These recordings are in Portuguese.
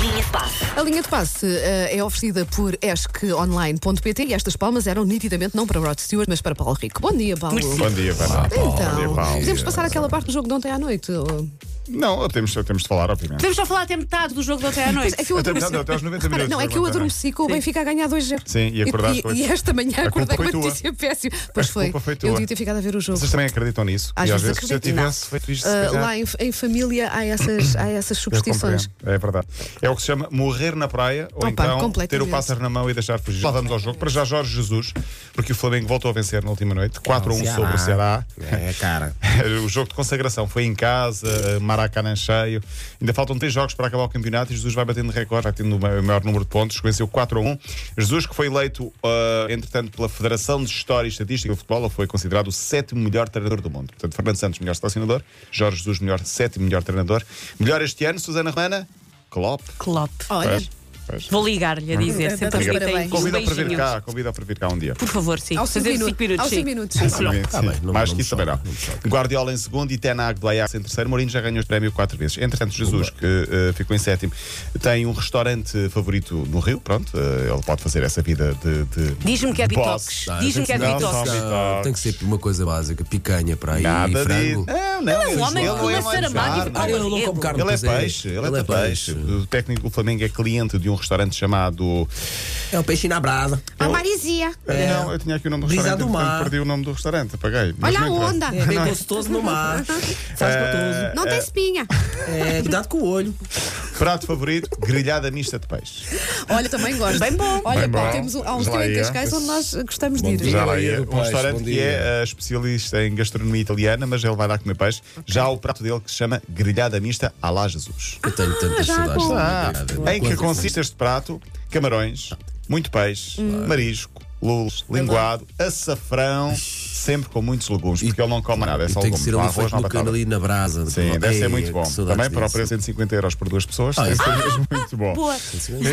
Linha de passe. A linha de passe eh, é oferecida por esconline.pt e estas palmas eram nitidamente não para Rod Stewart, mas para Paulo Rico. Bom dia, Paulo. Bom dia, Vana. Bom dia, Então, Paulo. podemos passar aquela parte do jogo de ontem à noite? ou- Não, temos, temos de falar, obviamente. Podemos só falar até metade do jogo de ontem à noite. É que eu Até, adormeci- até, até aos 90 Repara, minutos. não, é que eu adormeci com o Benfica a ganhar 2 0 Sim, e acordaste e, depois. e esta manhã A acordei culpa com foi uma tua. notícia péssima. Pois A foi. culpa foi Eu tua. devia ter ficado a ver o jogo. Vocês também acreditam nisso? Às e às vezes vezes, se eu acredito. tivesse feito isto, Ah, se calhar, lá em, em família há essas, há essas eu superstições. compreendo. É verdade. É o que se chama morrer na praia ou Opa, então ter o completamente. pássaro na mão e deixar fugir. Lá vamos ao jogo. Para já, Jorge Jesus, porque o Flamengo voltou a vencer na última noite, 4 a 1 sobre o Ceará. É, cara. O jogo de consagração foi em casa, Maracanã cheio. Ainda faltam três jogos para acabar o campeonato e Jesus vai batendo recorde, vai tendo o ma- o maior número de pontos, venceu 4 a 1. Jesus, que foi eleito, ah, entretanto, pela Federação de História e Estatística do Futebol, foi considerado o sétimo melhor treinador do mundo. Portanto, Fernando Santos, melhor selecionador, Jorge Jesus, melhor sétimo melhor treinador. Melhor este ano, Susana Romana, Klopp. Klopp. Olha, Pois, pois. Vou ligar-lhe a dizer. Sempre Obrigado. aproveitem Parabéns. os Convida para vir beijinhos. cá, convida para vir cá um dia. Por favor, sim. aos 5 Fazer 5 minutos. minutos. Aos sim. 5 minutos. Sim, Tá sim. bem, não- Mais não que me isso também não. choca, não me choca. Guardiola em segundo e Tenag do Ajax em terceiro. Mourinho já ganhou este prémio quatro vezes. Entretanto, Jesus, que eh, ficou em sétimo, tem um restaurante favorito no Rio. Pronto, eh, ele pode fazer essa vida de. de Diz-me que é boss. bitox. Diz-me que é não, bitox. só- Bitox. Tem que ser uma coisa básica, picanha para aí, Nada de. Ah, frango. Não, não. é um homem ele que come é a Saramago e carne. come Ah, eu não como carne. Ele é pois é. peixe, ele, é, peixe. O técnico do Flamengo é cliente de um restaurante chamado. É um peixe na brasa. A Marizia. É. Não, eu tinha aqui o nome do Brisa restaurante, do entretanto, mar. perdi o nome do restaurante, apaguei. Mas Olha a não interessa. Eh, onda. É bem gostoso no mar. Faz gostoso. Não tem espinha. É, cuidado com o olho. Prato favorito, grilhada mista de peixe. Olha, também gosto. Bem bom. Olha, Bem Paulo, bom. é. temos um, há um Já restaurante em ia. Cascais onde nós gostamos de ir. dia. Já lá Galeria ia. do Um Peixe, restaurante bom que dia. é uh, especialista em gastronomia italiana, mas ele vai dar a comer peixe. Já há o prato dele que se chama grelhada mista à la Jesus. Eu tenho tantas já saudades. com- Ah, de em que consiste este prato? Camarões, muito peixe, Hum. marisco, lulos, linguado, açafrão, sempre com muitos legumes, porque ele não come nada, é só Tem que legumes. ser Não há ali arroz, feito não há no cano batata. ali na brasa. tipo, Sim, deve ser Ei, muito que bom. saudades Também assim. para o disso. Ah, é? preço de 150 euros por duas pessoas, deve ser mesmo muito bom. Boa.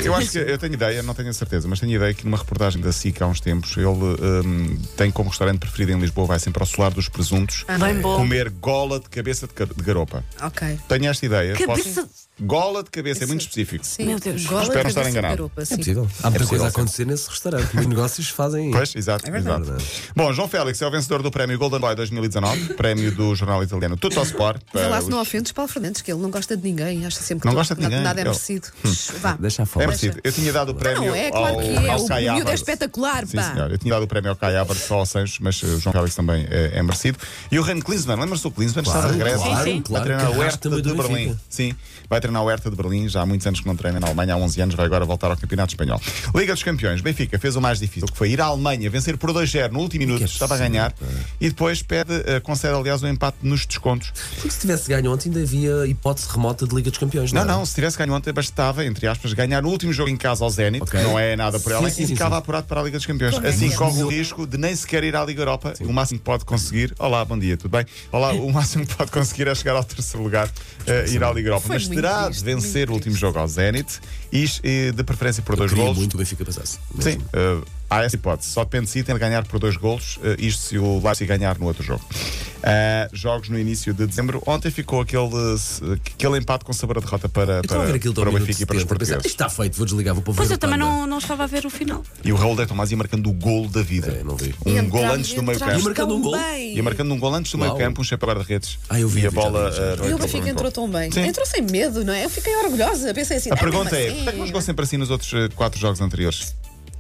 Eu acho que eu tenho ideia, não tenho a certeza, mas tenho ideia que numa reportagem da SIC há uns tempos ele hum, tem como restaurante preferido em Lisboa, vai sempre ao solar dos presuntos Bem bom. comer gola de cabeça de, ca- de garopa. Ok. Tenho esta ideia. Cabeça- Gola de cabeça, é muito específico. Sim. Meu Deus. Gola Espero não estar cabeça de enganado. garopa, É sim. possível. Há muita possível, coisa a sim. acontecer nesse restaurante. Os negócios fazem Pois, exato, É É verdade. exato. Bom, João Félix é o vencedor do prémio Golden Boy 2019, prémio do jornal italiano Tutto Sport. Vê para lá se não os- ofendes Paulo Fernandes, que ele não gosta de ninguém, acha sempre que Não tudo- gosta de nada- ninguém, nada é ele- merecido. Vá. Deixa a falar. É merecido. Eu tinha dado o prémio Não, é claro ao, que é. ao O Kai miúdo é Havertz. espetacular, Sim, pá. senhor. Eu tinha dado o prémio ao Kai Havertz, só ao Sancho, mas eh, o João Félix também eh, é, merecido. E o Rem Klinsmann, lembra-se do Klinsmann? está de regresso. claro, Sim, sim. Vai claro, treinar que o arrasta Hertha também de do Berlim. Benfica. Sim, vai treinar o Hertha de Berlim. Já há muitos anos que não treina na Alemanha, há 11 anos, vai agora voltar ao Campeonato Espanhol. Liga dos Campeões, Benfica fez o mais difícil, que foi ir à Alemanha, vencer por 2-0 no último minuto, é estava a possível, ganhar, e depois pede, eh, concede, aliás, o empate nos descontos. Porque se tivesse ganho ontem, ainda havia hipótese remota de Liga dos Campeões. Não, era? não, se tivesse ganho ontem, bastava, entre aspas, ganhar o último jogo em casa ao Zenit, Ok. que não é nada por Sim, ela, sim, e sim, ficava sim. apurado para a Liga dos Campeões. assim corre o risco de nem sequer ir à Liga Europa. O máximo que pode conseguir. Olá, bom dia, tudo bem? Olá, o máximo que pode conseguir é chegar ao terceiro lugar, eh, ir à Liga Europa. Foi Mas muito terá triste, de vencer o último jogo ao Zenit, e, eh, de preferência por dois Queria golos. muito o Benfica passasse. Sim, eh, há essa hipótese. Só depende de si, tem de ganhar por dois golos, eh, isto se o Leipzig ganhar no outro jogo. Ah, jogos no início de dezembro. Ontem ficou aquele, eh, se- aquele empate com sabor a derrota para, Estava Então, a ver para, aquilo para o ao minuto Benfica e para os 70, pensei, "Isto portugueses. Está feito, vou desligar, vou para o Pois ver eu o também Panda." não, não estava a ver o final. É, E o Raul de Tomás ia marcando o gol da vida. É, não vi. Um Entramos, gol antes do meio entramos E campo. marcando um gol. tão bem. Ia marcando um gol antes do meio Uau. campo, um chapéu de redes. Ah, eu vi, e a eu vi, já bola. vi, já vi. eh, E E entrou o para Benfica dentro. entrou tão bem. Sim. Entrou sem medo, não é? Eu fiquei orgulhosa. Pensei assim, A "Ah, como pergunta é: assim?" porquê é que não jogou sempre assim nos outros eh, quatro jogos anteriores?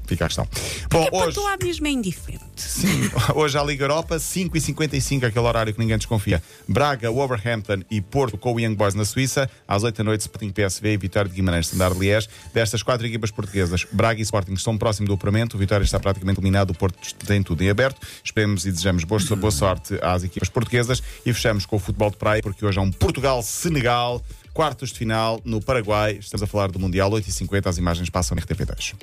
Fica a questão. Bom, É para tu lá mesmo é indiferente. Sim, hoje à Liga Europa, 5h55, aquele horário que ninguém desconfia. Braga, Wolverhampton e Porto com o Young Boys na Suíça. Às 8 da noite, Sporting PSV e Vitória de Guimarães Standard Liège. Destas quatro equipas portuguesas, Braga e Sporting estão próximo do apuramento. O Vitória está praticamente eliminado, o Porto tem tudo em aberto. Esperemos e desejamos boa, boa sorte às equipas portuguesas. E fechamos com o futebol de praia, porque hoje há um Portugal-Senegal, quartos de final no Paraguai. Estamos a falar do Mundial, 8h50, as imagens passam na RTP2.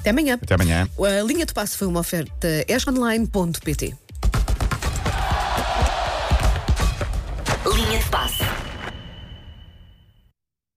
Até amanhã. Até amanhã. é A linha de passo foi uma oferta esconline.pt.